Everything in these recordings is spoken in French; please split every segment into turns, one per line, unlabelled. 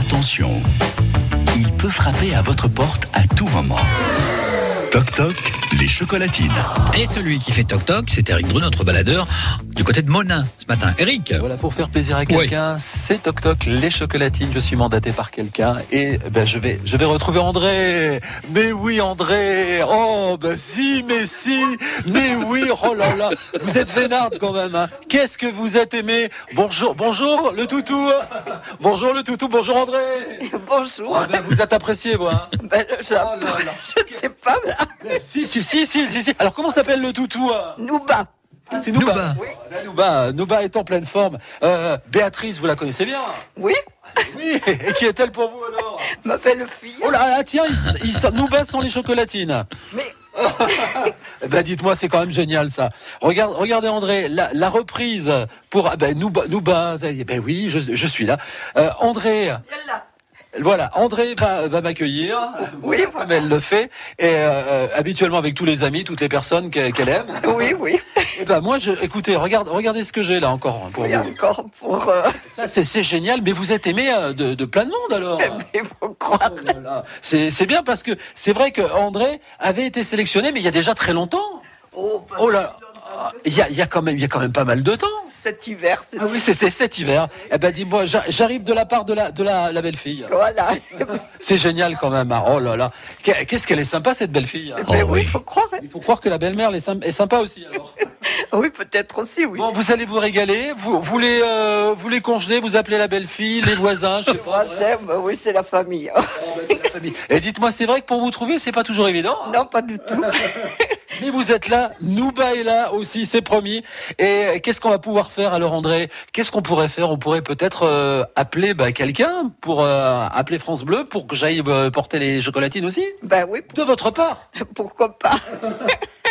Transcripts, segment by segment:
Attention, il peut frapper à votre porte à tout moment. Toc toc, les chocolatines.
Et celui qui fait toc toc, c'est Eric Dreux, notre baladeur, du côté de Monin ce matin. Eric
Voilà, pour faire plaisir à quelqu'un, c'est Toc Toc, les chocolatines. Je suis mandaté par quelqu'un et ben, je, vais, je vais retrouver André. Mais oui, André Oh, ben si, mais si Mais oui, oh là là Vous êtes vénarde quand même. hein. Qu'est-ce que vous êtes aimé Bonjour, bonjour le toutou Bonjour le toutou, bonjour André
Bonjour.
Ah ben, Vous êtes apprécié, moi. hein.
Ben, je, je
Oh là là.
ne sais pas. ah,
Si, si, si, si, si, si. Alors comment s'appelle le toutou hein
Nouba.
Ah, C'est
Nouba.
Nouba. Ah, Nouba. Nouba est en pleine forme. Euh, Béatrice, vous la connaissez bien
Oui,
Oui, et qui est-elle pour vous alors
ma belle fille.
Oh là, ah, tiens, ils, ils sont- nous baissent sans les chocolatines.
Mais
Eh ben, dites-moi, c'est quand même génial ça. Regarde, regardez André, la, la reprise pour ah, ben, nous, ba- nous bas. ça y est, Ben oui, je, je suis là. Euh, André,
viens là.
voilà, André va, va m'accueillir.
Oui,
Comme elle le fait, et euh, habituellement avec tous les amis, toutes les personnes qu'elle qu'elle aime.
oui, oui.
Et ben moi, je, écoutez, regarde, regardez ce que j'ai là encore pour
Il y a
vous.
encore pour. euh,
Ça, c'est c'est génial, mais vous êtes aimé euh, de, de plein de monde alors.
mais faut croire.
Oh là là. C'est c'est bien parce que c'est vrai que André avait été sélectionné, mais il y a déjà très longtemps.
Oh, pas
Oh là, Ah,
si longtemps que
il y a, il y a quand même, il y a quand même pas mal de temps.
ça. Cet hiver, c'est.
Ah oui, c'était cet hiver. Eh ben dis-moi, j'a- j'arrive de la part de la de la, la belle fille.
Voilà.
Ah, C'est génial quand même. ah, Oh là là, Qu'est- qu'est-ce qu'elle est sympa cette belle fille.
Mais
Oh
Eh oui,
oui.
faut croire. hein.
Il faut croire que la belle-mère elle est, symp- est sympa aussi. alors.
Oui, peut-être aussi, oui.
Bon, vous allez vous régaler. Vous, vous les euh, vous les congelez, vous appelez la belle fille, les voisins, je sais pas. Ah. ben,
Moi, j'aime, oui, c'est la famille.
la famille. Et dites-moi, c'est vrai que pour vous trouver, c'est pas toujours évident. hein.
Non, pas du tout.
Mais vous êtes là, Nouba est là aussi, c'est promis. Et qu'est-ce qu'on va pouvoir faire alors, André Qu'est-ce qu'on pourrait faire On pourrait peut-être euh, appeler bah, quelqu'un pour euh, appeler France Bleu pour que j'aille euh, porter les chocolatines aussi.
Ben oui,
De votre part
pourquoi pas.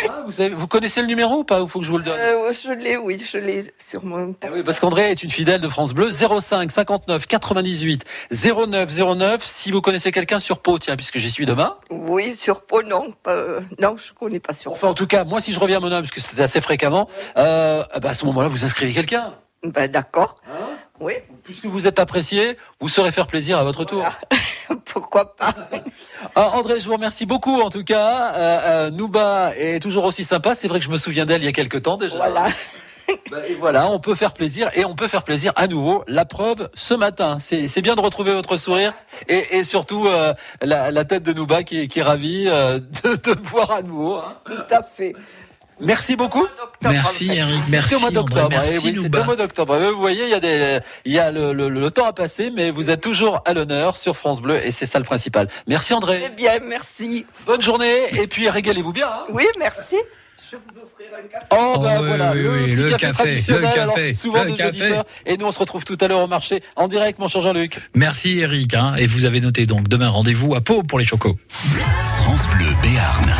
Hein, vous, savez- vous connaissez le numéro ou pas Il faut que je vous le donne.
Euh, je l'ai, oui, je l'ai sur mon.
Ah oui, parce qu'André est une fidèle de France Bleu. 05 59 98 09 09. Si vous connaissez quelqu'un sur Pau, tiens, puisque j'y suis demain.
Oui, sur Pau, non. pas- Non, je connais pas sur
Enfin, en tout cas, moi, si je reviens à Monin, parce que c'est assez fréquemment, euh, bah, à ce moment-là, vous inscrivez quelqu'un.
Ben d'accord.
Hein
Oui,
Puisque vous êtes apprécié, vous saurez faire plaisir à votre tour.
Voilà. pourquoi pas.
Ah, André, je vous remercie beaucoup en tout cas. Euh, euh, Nouba est toujours aussi sympa. C'est vrai que je me souviens d'elle il y a quelques temps déjà.
Voilà.
Bah, et voilà, on peut faire plaisir et on peut faire plaisir à nouveau. La preuve, ce matin, c'est c'est bien de retrouver votre sourire et, et surtout euh, la, la tête de Nouba qui, est- qui est ravie euh, de te voir à nouveau. hein.
Tout à fait.
Merci beaucoup.
Docteur
Merci
Alfred.
Eric,
C'est
merci
au mois d'octobre.
André,
Eh
merci
oui, c'est
Nouba.
au mois d'octobre. Eh, Vous voyez, il y a, des, il y a le, le- le temps à passer, mais vous êtes toujours à l'honneur sur France Bleu et c'est ça le principal. Merci
Très
André.
Eh bien, merci.
Bonne journée et puis régalez-vous bien. hein.
Oui, merci. Je vous offrirai un café.
Oh,
Oh,
bah
oui,
voilà,
oui,
le,
oui,
petit
le
café,
café,
traditionnel,
le
alors,
café,
souvent
le
des
café.
auditeurs. Et nous, on se retrouve tout à l'heure au marché en direct, mon cher Jean-Luc.
Merci Eric, hein. et vous avez noté donc demain rendez-vous à Pau pour les chocos.
France Bleu Béarn.